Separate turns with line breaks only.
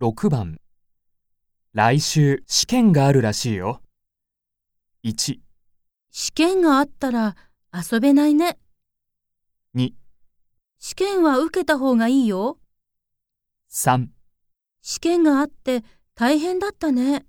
6番来週試験があるらしいよ。1、
試験があったら遊べないね。
2
試験は受けた方がいいよ。
3
試験があって大変だったね。